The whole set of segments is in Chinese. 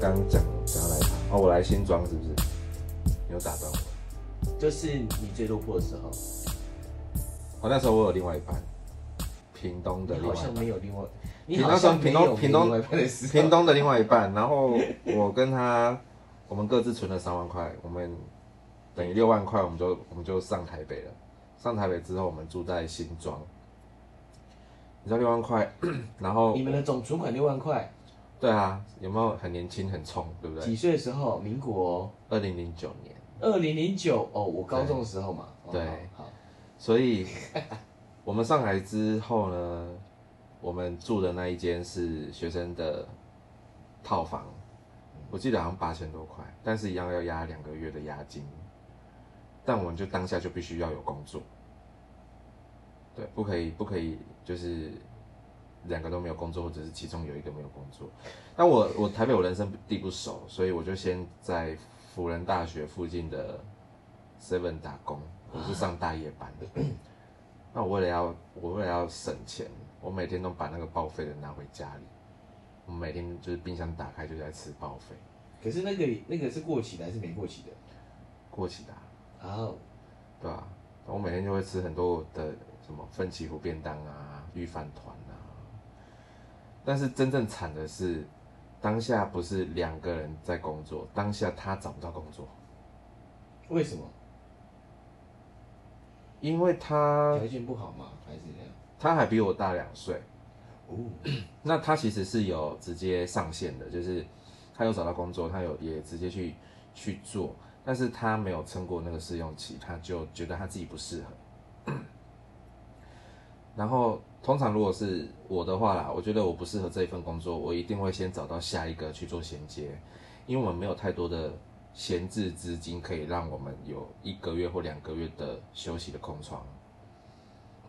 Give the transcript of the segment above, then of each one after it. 刚讲想要来打哦，我来新庄是不是？你有打断我。就是你最落魄的时候，哦，那时候我有另外一半，屏东的你另好外一像半。没有另外，你屏好那时候像没屏有东屏另外东一半的 时候屏东的另外一半，然后我跟他，我们各自存了三万块，我们等于六万块，我们就我们就上台北了。上台北之后，我们住在新庄。你知道六万块， 然后你们的总存款六万块，对啊，有没有很年轻很冲，对不对？几岁的时候？民国二零零九年，二零零九哦，我高中的时候嘛。哦对好，好所以 我们上来之后呢，我们住的那一间是学生的套房，我记得好像八千多块，但是一样要押两个月的押金，但我们就当下就必须要有工作，对，不可以不可以就是两个都没有工作，或者是其中有一个没有工作。但我我台北我人生地不熟，所以我就先在辅仁大学附近的 Seven 打工，我是上大夜班的。那我为了要我为了要省钱，我每天都把那个报废的拿回家里。我每天就是冰箱打开就在吃报废，可是那个那个是过期的还是没过期的？过期的啊、啊，对吧、我每天就会吃很多的什么奋起湖便当啊、御饭团啊。但是真正惨的是，当下不是两个人在工作，当下他找不到工作，为什么？因为他条件不好吗？还是怎样？他还比我大两岁，哦，那他其实是有直接上线的，就是他有找到工作，他有也直接去去做，但是他没有撑过那个试用期，他就觉得他自己不适合。然后通常如果是我的话啦，我觉得我不适合这一份工作，我一定会先找到下一个去做衔接，因为我们没有太多的闲置资金可以让我们有一个月或两个月的休息的空窗，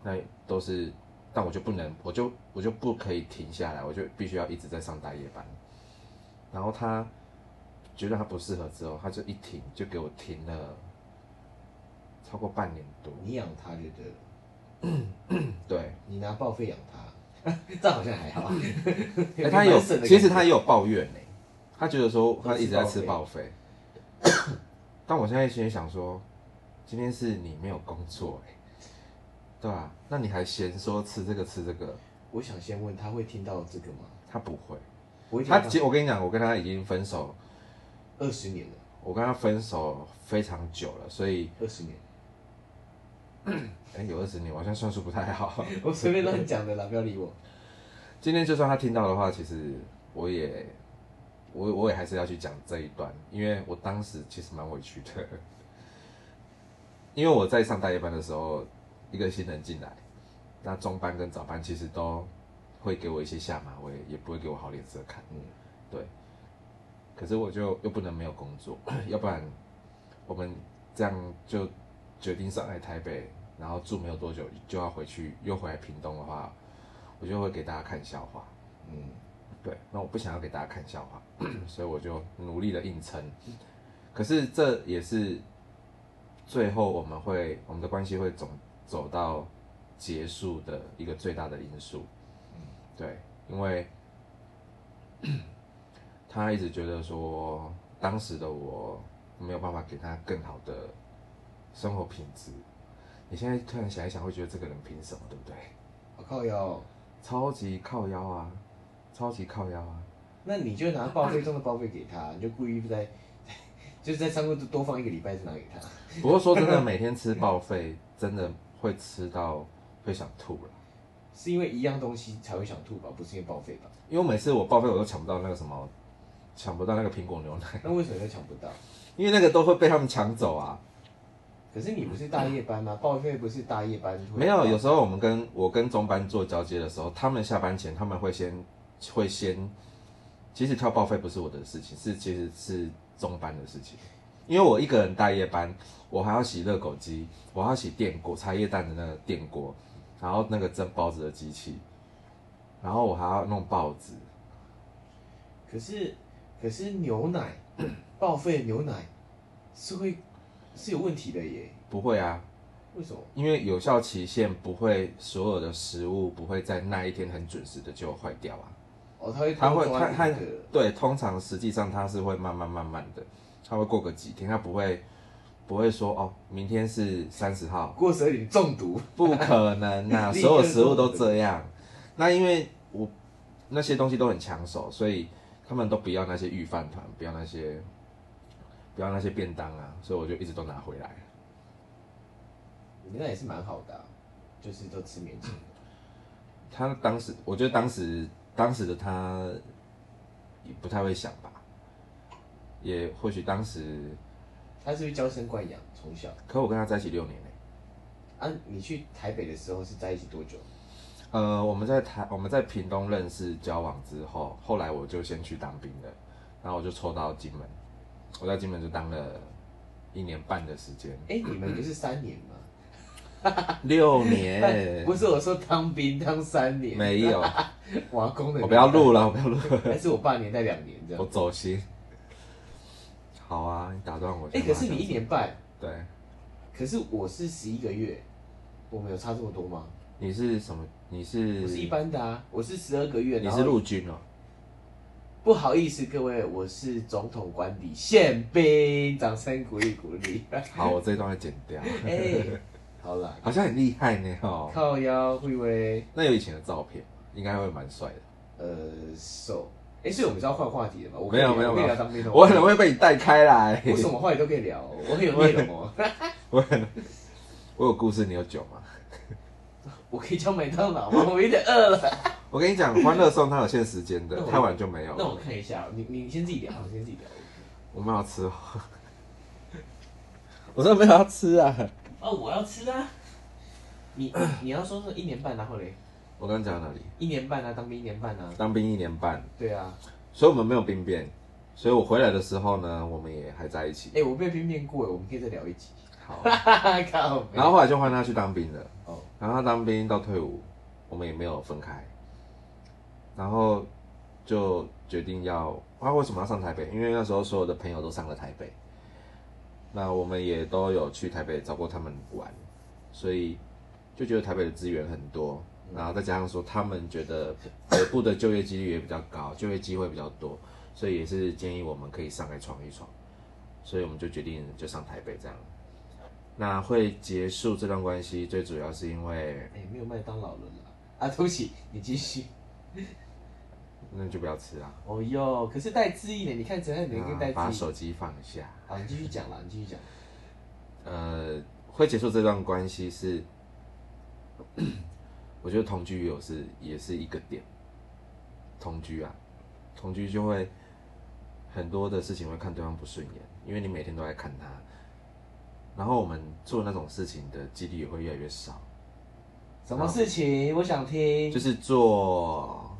那都是，但我就不能，我就我就不可以停下来，我就必须要一直在上大夜班。然后他觉得他不适合之后，他就一停就给我停了超过半年多，你养它就对了，对。你拿报废养它， 这好像还好。哎、他有 蛮省，的其实感觉他也有抱怨呢、他觉得说他一直在吃报废。 但我现在心里想说，今天是你没有工作、欸，对吧、啊那你还嫌说吃这个吃这个？我想先问他会听到这个吗？他不会，不会听他到其实我跟你讲，我跟他已经分手，二十年了，我跟他分手非常久了，所以二十年，哎、有二十年，我好像算数不太好。 我随便乱讲的啦，不要理我。今天就算他听到的话，其实我也，我我也还是要去讲这一段，因为我当时其实蛮委屈的， 因为我在上大夜班的时候，一个新人进来，那中班跟早班其实都会给我一些下马威，也不会给我好脸色看，嗯，对。可是我就又不能没有工作， 要不然我们这样就决定上来台北，然后住没有多久就要回去，又回来屏东的话，我就会给大家看笑话。嗯，对，那我不想要给大家看笑话， 所以我就努力的硬撑。可是这也是最后我们会我们的关系会总走到结束的一个最大的因素。对，因为 他一直觉得说，当时的我没有办法给他更好的生活品质。你现在突然想一想，会觉得这个人凭什么，对不对？好啊靠腰。超级靠腰啊，超级靠腰啊！那你就拿报废中的报废给嗯他，你就故意在， 就是在仓库多放一个礼拜，再拿给他。不过说真的，每天吃报废真的会吃到会想吐了，是因为一样东西才会想吐吧？不是因为报废 吧？因为每次我报废我都抢不到那个什么，抢不到那个苹果牛奶，那为什么又抢不到？因为那个都会被他们抢走啊。可是你不是大夜班吗？报废不是大夜班会嗯没有，有时候我们跟我跟中班做交接的时候，他们下班前他们会先会先，其实挑报废不是我的事情，是其实是中班的事情，因为我一个人大夜班，我还要洗热狗机，我还要洗电锅茶叶蛋的那个电锅，然后那个蒸包子的机器，然后我还要弄报纸，可是可是牛奶 报废的牛奶是会是有问题的耶？不会啊，为什么？因为有效期限不会所有的食物不会在那一天很准时的就坏掉啊，哦，它会它会多抓它一它个对，通常实际上它是会慢慢慢慢的，它会过个几天，它不会不会说哦，明天是三十号，过十二点中毒，不可能呐、立刻所有食物都这样。那因为我那些东西都很抢手，所以他们都不要那些预饭团，不要那些不要那些便当啊，所以我就一直都拿回来。你那也是蛮好的啊、就是都吃勉强。他当时，我觉得当时当时的他也不太会想吧，也或许当时，他是不是娇生惯养，从小可我跟他在一起六年了。啊？你去台北的时候是在一起多久？呃，我们在台我们在屏东认识交往之后，后来我就先去当兵了，然后我就抽到金门，我在金门就当了一年半的时间，哎、你们不是三年吗？啊六 但年不是我说当兵当三年，没有，瓦工的，我不要，录了，我不要录了，还是我爸年代两年这 我样。走心。好啊，你打断我。哎、先可是你马一上年半，对，可是我是十一个月，我们有差这么多吗？你是什么？你是我是一般的啊，我是十二个月，嗯你然是后陆 军哦、不好意思各位，我是总统官邸宪兵，掌声鼓励鼓 励。好，我这一段会剪掉，哎、好啦，好像很厉害呢哦。靠腰会威，那有以前的照片，应该会蛮帅的。 呃，瘦。哎、所以我们是要换话题的嘛？我可以没有没有我可以没有聊当兵的。我可能会被你带开来。我什么话题都可以聊，我很有内容 哦。我有故事，你有酒吗？我可以叫麦当劳吗？我有点饿了。 我跟你讲，欢乐颂它有限时间那的，我太晚就没有那了。我看一下，你你先自己聊，你先自己聊。我没有吃哦，我真的没有要吃啊。哦，我要吃啦。你你要说是一年半，然后嘞，我刚刚讲到哪里？一年半啊，当兵一年半啊。当兵一年半，对啊，所以我们没有兵变，所以我回来的时候呢，我们也还在一起哎、。我被兵变过，我们可以再聊一集。 好， 靠北，然后后来就换他去当兵了。哦，然后他当兵到退伍，我们也没有分开，然后就决定要他为什么要上台北？因为那时候所有的朋友都上了台北，那我们也都有去台北找过他们玩，所以就觉得台北的资源很多，然后再加上说他们觉得北部的就业几率也比较高，就业机会比较多，所以也是建议我们可以上来闯一闯，所以我们就决定就上台北这样。那会结束这段关系，最主要是因为哎、没有麦当劳了啦。啊，对不起，你继续。那就不要吃啊，哦哟，可是带字意呢？你看陈汉典跟带啊把字意。手机放下。好，你继续讲啦，你继续讲。呃，会结束这段关系是， 我觉得同居有是也是一个点，同居啊，同居就会很多的事情会看对方不顺眼，因为你每天都在看他，然后我们做那种事情的几率也会越来越少，什么事情？我想听。就是做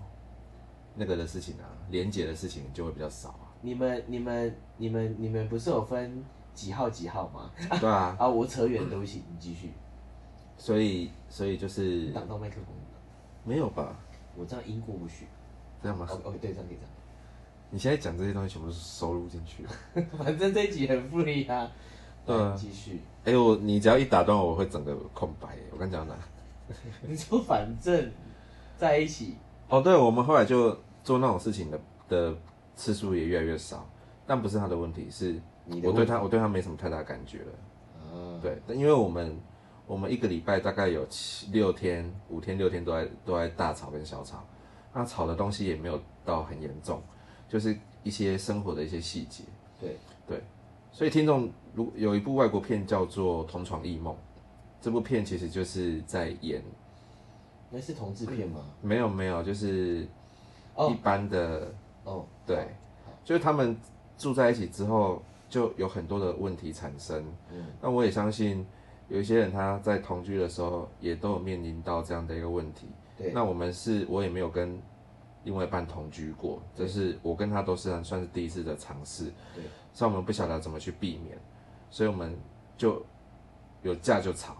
那个的事情啊，连结的事情就会比较少啊，你们、你们、你们、你们不是有分几号几号吗？对啊，啊，我扯远，对不起，你继续。所以所以就是你挡到麦克风了，没有吧？我这样音过不去。这样吗？哦哦，对，这样可以这你现在讲这些东西全部是收录进去。样。 反正这一集很 free 啊。对啊来继续。哎、我你只要一打断我，我会整个空白耶。我刚讲到哪？你说反正在一起，哦，对，我们后来就做那种事情的的次数也越来越少，但不是他的问题，是你的我对问他我嗯对他没什么太大感觉了。啊，对，但因为我们我们一个礼拜大概有七六天、五天、六天都在都在大吵跟小吵，那吵的东西也没有到很严重，就是一些生活的一些细节。对，所以听众如有一部外国片叫做《同床异梦》，这部片其实就是在演那是同志片吗？没有没有，就是哦一般的、哦，对，就是他们住在一起之后就有很多的问题产生。嗯，那我也相信有一些人他在同居的时候也都有面临到这样的一个问题。对，那我们是我也没有跟另外一半同居过，对就是我跟他都是算是第一次的尝试，对，所以我们不晓得怎么去避免，所以我们就有架就吵，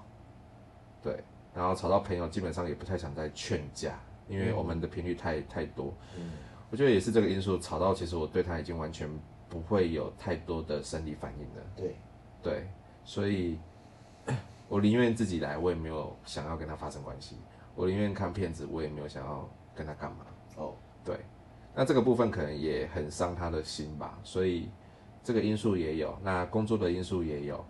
对，然后吵到朋友基本上也不太想再劝架，因为我们的频率太太多，嗯我觉得也是这个因素，吵到其实我对他已经完全不会有太多的生理反应了，对，对，所以 我宁愿自己来，我也没有想要跟他发生关系，我宁愿看片子，我也没有想要跟他干嘛。哦，对，那这个部分可能也很伤他的心吧，所以这个因素也有，那工作的因素也有。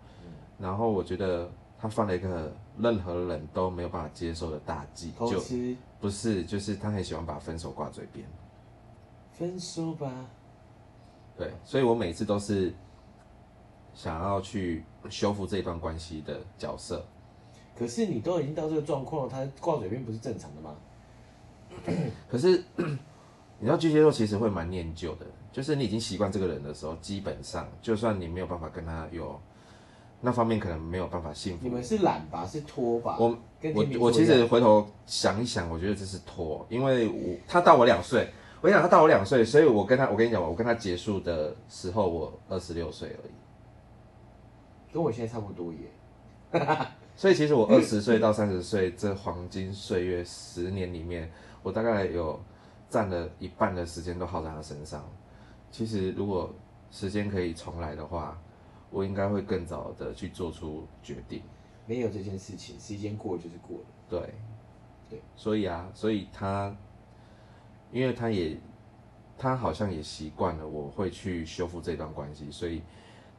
然后我觉得他犯了一个任何人都没有办法接受的大忌，偷就吃，不是就是他很喜欢把分手挂嘴边。分手吧。对，所以我每次都是想要去修复这段关系的角色。可是你都已经到这个状况了，他挂嘴边不是正常的吗？可是 你知道巨蟹座其实会蛮念旧的，就是你已经习惯这个人的时候，基本上就算你没有办法跟他有那方面可能没有办法幸你福，们是懒吧，是拖吧？我跟我天秤座我其一实样回头想一想，我觉得这是拖，因为我他大我两岁，我跟你讲他大我两岁，所以我跟他我跟你讲，我跟他结束的时候我二十六岁而已，跟我现在差不多耶。所以其实我嗯二十岁到三十岁这黄金岁月十年里面，我大概有占了一半的时间都耗在他身上。其实如果时间可以重来的话，我应该会更早的去做出决定。没有这件事情，时间过就是过了。对，对，所以啊，所以他，因为他也，他好像也习惯了我会去修复这段关系，所以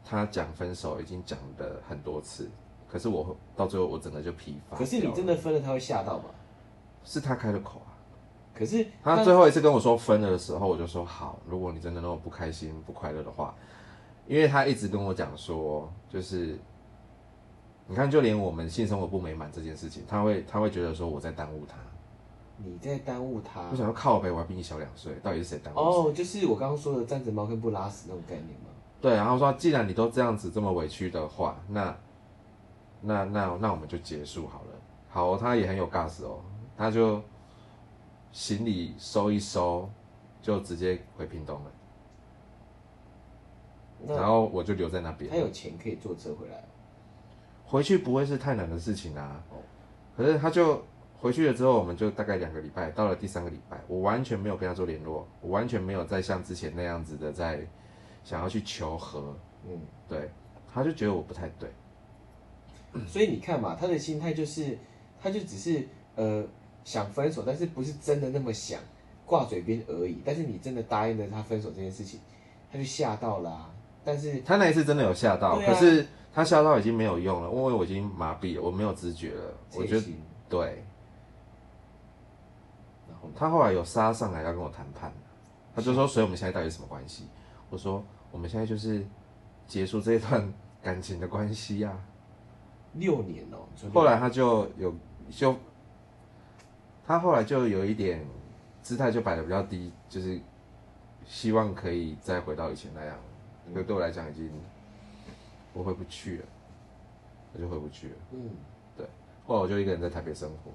他讲分手已经讲了很多次，可是我到最后我整个就疲乏掉了。可是你真的分了，他会吓到吧？是他开的口啊，可是他最后一次跟我说分了的时候，我就说好，如果你真的那么不开心、不快乐的话，因为他一直跟我讲说，就是。你看，就连我们性生活不美满这件事情，他会他会觉得说我在耽误他，你在耽误他我。想要靠背，我还比你小两岁，到底是谁耽误谁？哦，就是我刚刚说的站着猫跟不拉屎那种概念吗？对，然后说既然你都这样子这么委屈的话，那那那那我们就结束好了。好、他也很有 gas 哦，他就行李收一收，就直接回屏东了。然那后我就留在那边他。有钱可以坐车回来，回去不会是太难的事情啊哦。可是他就回去了之后，我们就大概两个礼拜，到了第三个礼拜，我完全没有跟他做联络，我完全没有再像之前那样子的在想要去求和。嗯，对，他就觉得我不太对。所以你看嘛，他的心态就是，他就只是呃想分手，但是不是真的那么想，挂嘴边而已。但是你真的答应了他分手这件事情，他就吓到啦、但是他那一次真的有吓到，嗯对啊可是他吓到已经没有用了，因为我已经麻痹了，我没有知觉了。我觉窃得喜对然后呢他后来有杀上来要跟我谈判，他就说：“所以我们现在到底什么关系？”我说：“我们现在就是结束这一段感情的关系呀、六年哦、你说六后来他就有就，他后来就有一点姿态就摆的比较低，就是希望可以再回到以前那样。嗯就对我来讲已经我回不去了，我就回不去了。嗯，后来我就一个人在台北生活。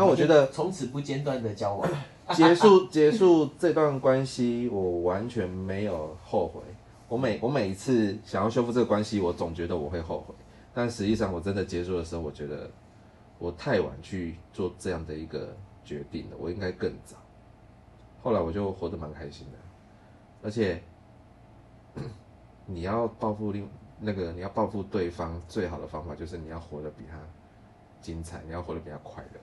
那后我觉得就从此不间断的交往， 结束结束这段关系，我完全没有后悔。我每我每一次想要修复这个关系，我总觉得我会后悔，但实际上我真的结束的时候，我觉得我太晚去做这样的一个决定了，我应该更早。后来我就活得蛮开心的，而且嗯你要报复另那个你要报复对方，最好的方法就是你要活得比他精彩，你要活得比他快乐，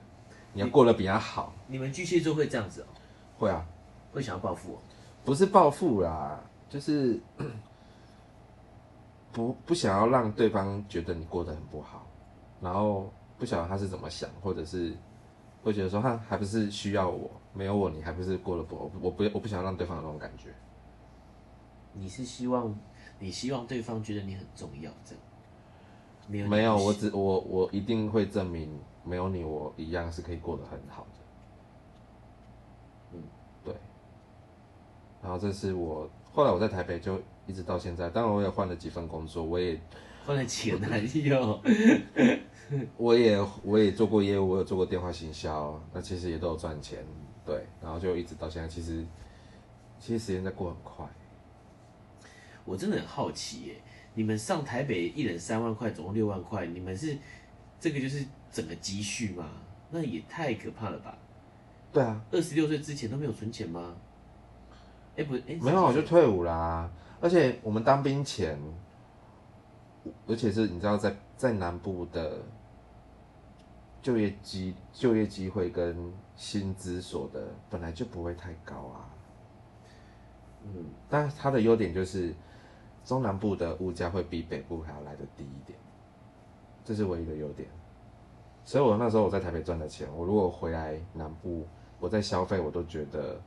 你要过得比他好。你们巨蟹座会这样子哦、会啊，会想要报复我、哦不是报复啦，就是 不不想要让对方觉得你过得很不好，然后不晓得他是怎么想，或者是会觉得说他还不是需要我，没有我你还不是过得不好，我不我不想让对方有那种感觉。你是希望你希望对方觉得你很重要，这样没有你没有，不行我只我我一定会证明，没有你我一样是可以过得很好的。嗯，对。然后这是我后来我在台北就一直到现在，当然我也换了几份工作，我也换了前男友，我也我也做过业务，我有做过电话行销，那其实也都有赚钱，对，然后就一直到现在，其实其实时间在过很快， 我真的很好奇耶，你们上台北一人三万块，总共六万块，你们是这个就是整个积蓄吗？那也太可怕了吧！对啊，二十六岁之前都没有存钱吗？哎、不，哎、没有我就退伍啦，而且我们当兵前，而且是你知道在在南部的就业机就业机会跟薪资所得本来就不会太高啊，嗯，但它的优点就是中南部的物价会比北部还要来得低一点，这是唯一的优点。所以我那时候我在台北赚的钱，我如果回来南部，我在消费我都觉得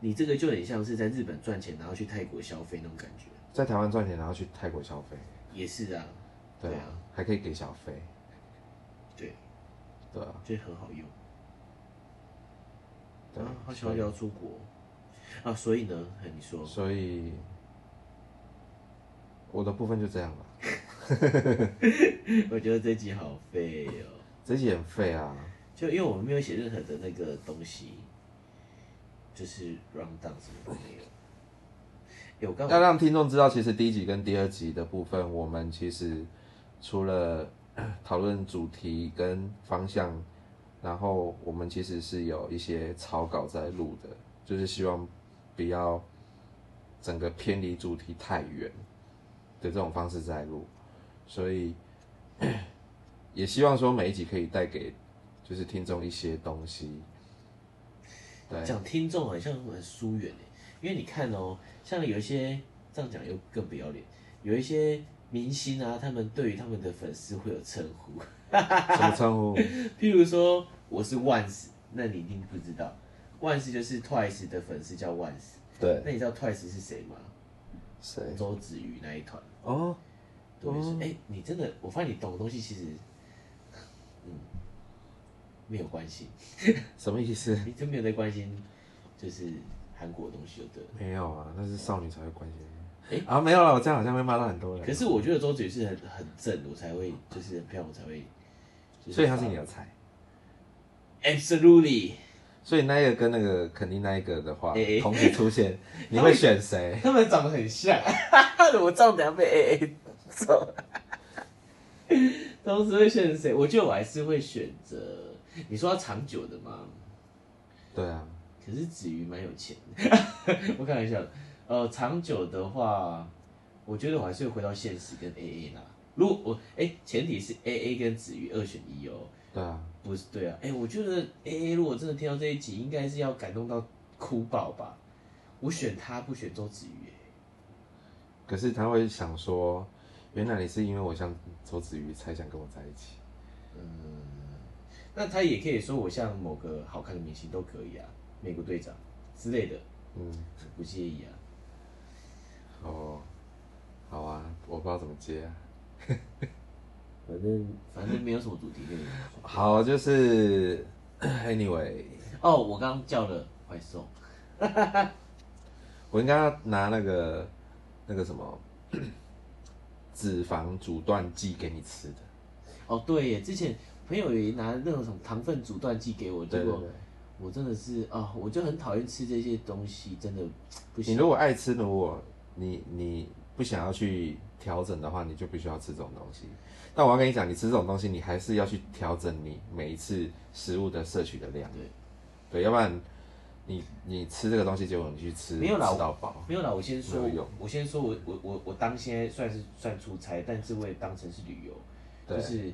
你这个就很像是在日本赚钱，然后去泰国消费那种感觉。在台湾赚钱，然后去泰国消费，也是啊，对对啊，还可以给小费，对，对啊，就很好用。对啊，好想要聊出国啊！所以呢，哎你说 所以我的部分就这样了。我觉得这集好废哦，这集很废啊，就因为我们没有写任何的那个东西，就是 round down 什么都没有。哎、我刚要让听众知道，其实第一集跟第二集的部分，我们其实除了 讨论主题跟方向，然后我们其实是有一些草稿在录的，就是希望不要整个偏离主题太远的这种方式在录，所以 也希望说每一集可以带给就是听众一些东西。对， 讲听众好像很疏远哎，因为你看哦，像有一些这样讲又更不要脸，有一些明星啊，他们对于他们的粉丝会有称呼，什么称呼？譬如说我是 Once，那你一定不知道，Once 就是 Twice 的粉丝叫 Once，对，那你知道 Twice 是谁吗？谁？周子瑜那一团，哦，对，就是哎、你真的，我发现你懂的东西其实，嗯，嗯没有关系，什么意思？你真没有在关心，就是韩国的东西就对了。没有啊，那是少女才会关心。啊，没有了，我这样好像会骂到很多人。可是我觉得周子瑜是很很正的，我才会就是很漂亮，我才会。就是、所以他是你的菜， absolutely，所以那一个跟那个肯定那一个的话，哎哎同时出 现，你会选谁？他们长得很像， 我这样等下被 A A 走。 当时会选谁？我觉得我还是会选择你说要长久的嘛。对啊，可是子瑜蛮有钱的， 我开玩笑的。呃，长久的话，我觉得我还是会回到现实跟 A A 啦。如果我哎、前提是 A A 跟子瑜二选一哦、对啊，不是对啊，哎、我觉得 A A 如果真的听到这一集，应该是要感动到哭爆吧。我选他，不选周子瑜、哎可是他会想说，原来你是因为我像周子瑜才想跟我在一起。那他也可以说我像某个好看的明星都可以啊，美国队长之类的，嗯，不介意啊。哦，好啊，我不知道怎么接、啊。反正反正没有什么主题可以说。好，就是 anyway， 哦，我刚刚叫了外送，我应该要拿那个那个什么 脂肪阻断剂给你吃的。哦对耶，之前朋友也拿那种什么糖分阻断剂给我，对结对果对。我真的是啊、我就很讨厌吃这些东西，真的不你 行。如果爱吃，如果你你不想要去调整的话，你就必须要吃这种东西。但我要跟你讲，你吃这种东西，你还是要去调整你每一次食物的摄取的量。对，对，要不然你你吃这个东西，结果你去吃没有啦吃到饱，没有啦，我先说没有用，我先说我我我我当现在算是算出差，但是我也当成是旅游，对就是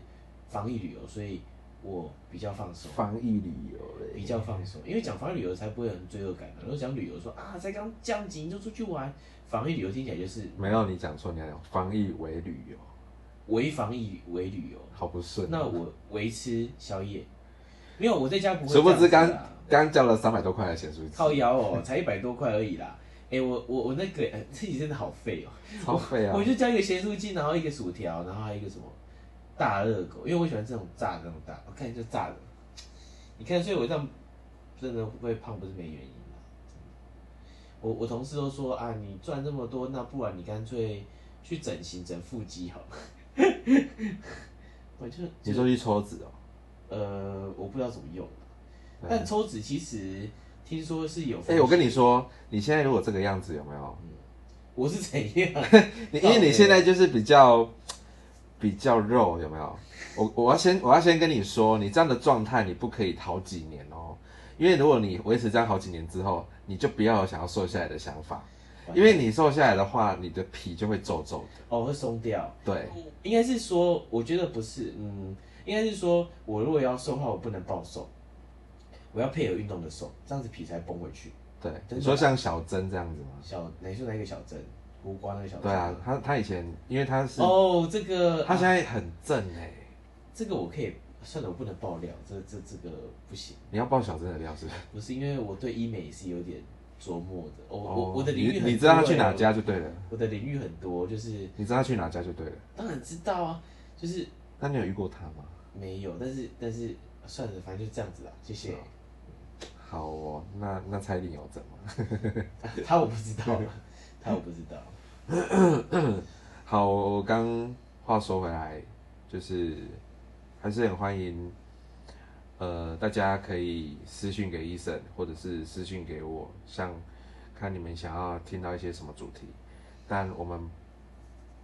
防疫旅游，所以我比较放松，防疫旅游嘞。比较放松，因为讲防疫旅游才不会很罪恶感嘛。如果讲旅游说啊，才刚降级就出去玩，防疫旅游听起来就是没有，你讲错，你还有防疫为旅游，为防疫为旅游，好不顺。哦那我维吃宵夜，没有我在家不会殊不知这样刚子啊刚交了三百多块的咸酥靠鸡，腰哦，才一百多块而已啦。哎、我我我那个、哎自己真的好废哦。超费啊我！就加一个咸酥鸡，然后一个薯条，然后还有一个什么大热狗，因为我喜欢这种炸的那种大，我看就炸的。你看，所以我这样真的会胖，不是没原因的。我我同事都说啊，你赚这么多，那不然你干脆去整形整腹肌好了。我就你说去抽脂哦、呃，我不知道怎么用，对啊但抽脂其实听说是有。哎、我跟你，说，你现在如果这个样子有没有？我是怎样？你因为哦你现在就是比较比较肉，有没有？我我要先我要先跟你说，你这样的状态你不可以好几年哦，因为如果你维持这样好几年之后，你就不要有想要瘦下来的想法，因为你瘦下来的话，你的皮就会皱皱的。哦会松掉。对，应该是说，我觉得不是，嗯，应该是说我如果要瘦的话，我不能暴瘦，我要配合运动的瘦，这样子皮才绷回去。对，真的你说像小珍这样子吗？小，你说哪一个小镇？胡瓜那个小镇？对啊，他他以前因为他是、哦，这个他现在很正哎、这个我可以，算了，我不能爆料，这这这个不行。你要爆小珍的料是不是？不是因为我对医美是有点琢磨的，我哦我我的领域你很多你知道他去哪欸？家就对了，我的领域很多，就是你知道他去哪家就对了。当然知道啊，就是那你有遇过他吗？没有，但是但是算了，反正就这样子啦，谢谢。好哦，那那蔡依林有整吗？ 他我不知道，他我不知道。好，我刚话说回来，就是还是很欢迎，呃，大家可以私讯给医生，或者是私讯给我，像看你们想要听到一些什么主题，但我们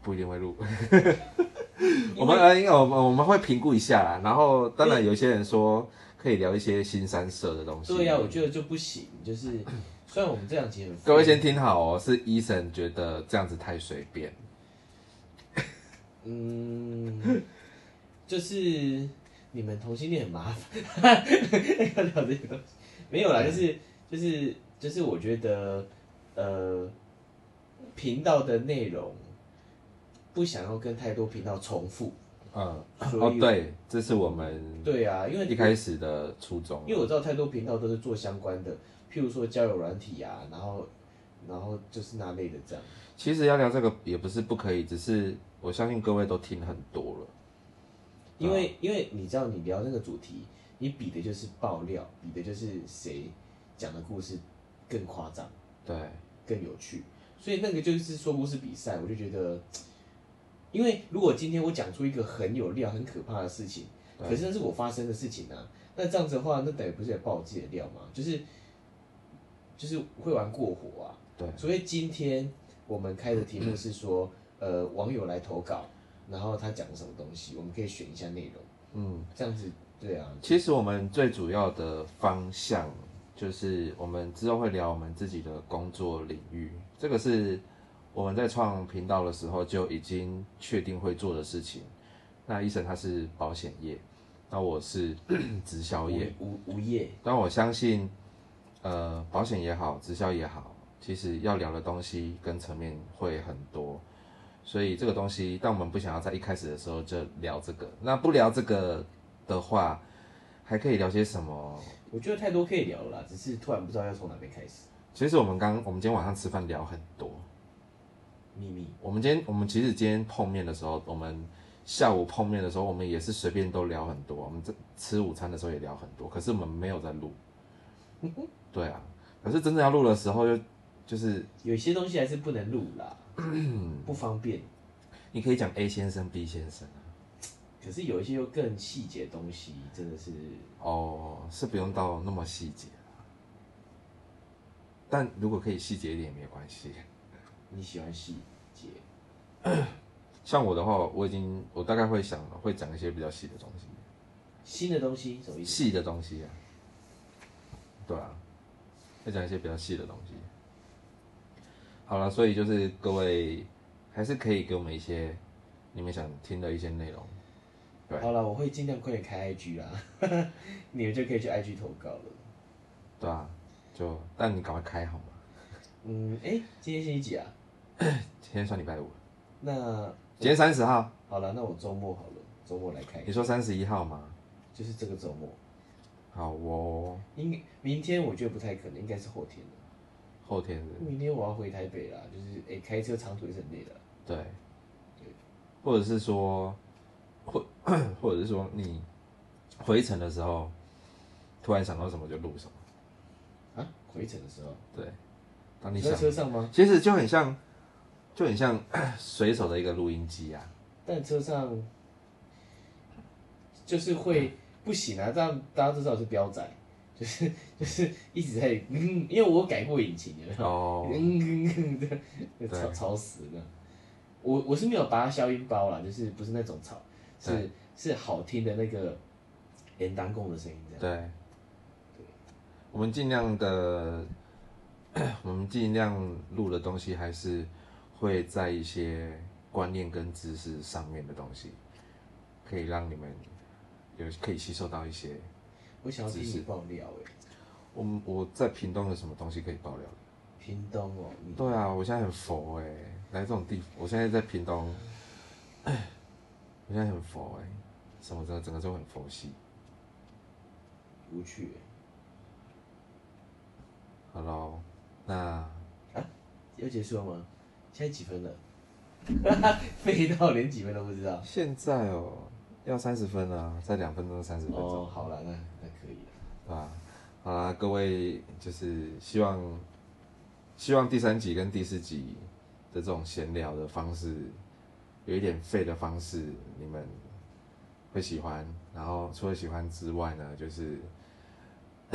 不一定会录。 我们呃，因为我们我们会评估一下啦，然后当然有一些人说可以聊一些新三社的东西。对呀、啊我觉得就不行，就是虽然我们这两集很各位先听好哦，是医生觉得这样子太随便。嗯， 就是你们同性恋很麻烦， 要聊这个东西没有啦，就是就是就是我觉得呃，频道的内容不想要跟太多频道重复，嗯，所哦以，对，这是我们对啊，因为一开始的初衷。啊因为我知道太多频道都是做相关的，譬如说交友软体啊，然后然后就是那类的这样，其实要聊这个也不是不可以，只是我相信各位都听很多了。因为、因为你知道你聊那个主题，你比的就是爆料，比的就是谁讲的故事更夸张、对，更有趣，所以那个就是说故事比赛，我就觉得，因为如果今天我讲出一个很有料、很可怕的事情，对可是那是我发生的事情啊，那这样子的话，那等于不是也爆自己的料吗？就是就是会玩过火啊。对，所以今天我们开的题目是说，呃，网友来投稿，然后他讲了什么东西，我们可以选一下内容，嗯，这样子，对啊，其实我们最主要的方向就是我们之后会聊我们自己的工作领域，这个是我们在创频道的时候就已经确定会做的事情。那医生他是保险业，那我是直销业。无无无业，但我相信，呃，保险也好，直销也好，其实要聊的东西跟层面会很多，所以这个东西，但我们不想要在一开始的时候就聊这个。那不聊这个的话，还可以聊些什么？我觉得太多可以聊了啦，只是突然不知道要从哪边开始。其实我们刚，我们今天晚上吃饭聊很多。秘密，我们今天，我们其实今天碰面的时候，我们下午碰面的时候，我们也是随便都聊很多。我们这吃午餐的时候也聊很多，可是我们没有在录。对啊，可是真正要录的时候就就是有些东西还是不能录 啦，不方便。你可以讲 A 先生、B 先生啊可是有一些又更细节的东西，真的是哦，是不用到那么细节啊但如果可以细节一点也没有关系。你喜欢细节，像我的话，我已经我大概会想会讲一些比较细的东西，新的东西什么意思？细的东西啊，对啊，会讲一些比较细的东西。好了，所以就是各位还是可以给我们一些你们想听的一些内容。对好了，我会尽量快点开 IG 啦， 你们就可以去 IG 投稿了。对啊，就但你赶快开好吗？嗯，哎、今天星期几啊？今天算礼拜五，那今天三十号。好了，那我周末好了，周末来开，你说三十一号吗？就是这个周末。好哦，应明天我觉得不太可能，应该是后天了。后天的明天我要回台北啦，就是哎、诶开车长途也是很累的。对，或者是说，或或者是说你回程的时候，突然想到什么就录什么。啊，回程的时候，对，当你在想，车上吗？其实就很像，就很像随手的一个录音机啊。但车上就是会不行啊，这样大家都知道我是彪仔，就是 就是一直在嗯，因为我有改过引擎的，哦，嗯嗯嗯嗯，吵对吵死了。我我是没有拔消音包啦，就是不是那种吵，是是好听的那个连当供的声音这样。对，我们尽量的， 我们尽量录的东西还是会在一些观念跟知识上面的东西，可以让你们有可以吸收到一些。我想要听只你爆料哎、我们我在屏东有什么东西可以爆料的？屏东哦，你对啊，我现在很佛哎、来这种地，我现在在屏东， 我现在很佛哎、什么整个整个都很佛系。无趣好喽，那欸要结束了吗？现在几分了？ 飞到连几分都不知道。现在哦、要三十分啊，再两分钟三十分钟。哦，好了，那那可以了。啊，好啦，各位就是希望，希望第三集跟第四集的这种闲聊的方式，有一点废的方式，你们会喜欢。然后除了喜欢之外呢，就是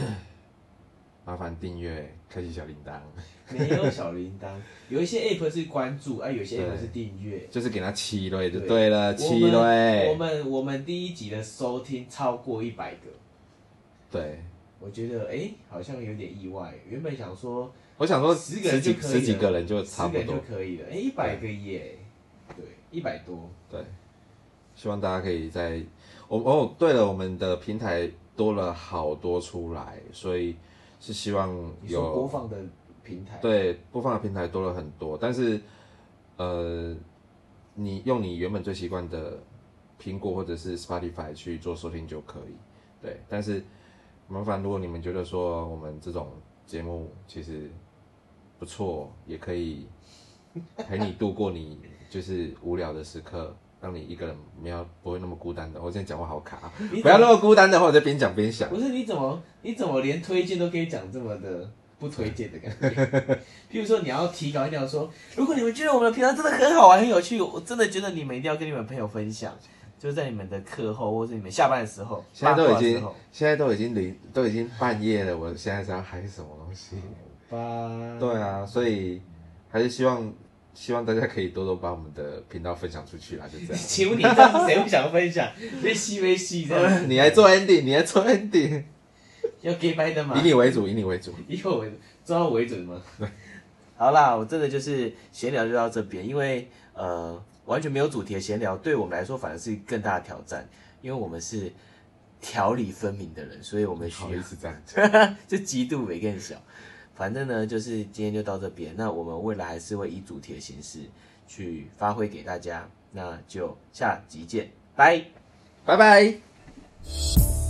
麻烦订阅，开启小铃铛，没有小铃铛，有一些 app 是关注，啊，有些对 app 是订阅。就是给它七类就对对了，七哎我们我类，们我们第一集的收听超过一百个，对。我觉得哎、诶好像有点意外。原本想说我想说十个十人几就可以十几了个人就十差个不人就多，可以了，哎、一百个耶，对，一百多。对，希望大家可以在我哦，对了，我们的平台多了好多出来，所以是希望你说播有放的平台，对播放的平台多了很多，但是呃，你用你原本最习惯的苹果或者是 Spotify 去做收听就可以，对，但是麻烦如果你们觉得说我们这种节目其实不错，也可以陪你度过你就是无聊的时刻，让你一个人没有不会那么孤单的。我今天讲话好卡，你不要那么孤单的话，我在边讲边想。不是你怎么你怎么连推荐都可以讲这么的不推荐的感觉？譬如说你要提稿，一定要说，如果你们觉得我们的频道真的很好玩、很有趣，我真的觉得你们一定要跟你们朋友分享，就是在你们的课后或是你们下班的时候，现在都已八卦的时经候，现在都已经零，都已经半夜了，我现在在嗨什么东西？八对啊，所以还是希望希望大家可以多多把我们的频道分享出去啦，就这 请问你这样子谁不想分享？ 被吸被吸这样，样。 你来做 ending，你来做 ending，要 give back 的吗以？你为主，以你为主。 以我为抓我为准吗？好啦，我真的就是闲聊就到这边，因为呃完全没有主题的闲聊，对我们来说反而是更大的挑战，因为我们是条理分明的人，所以我们需好要 意思这样讲，就极度没更小。反正呢，就是今天就到这边。那我们未来还是会以主题的形式去发挥啊给大家。那就下集见，拜。拜拜。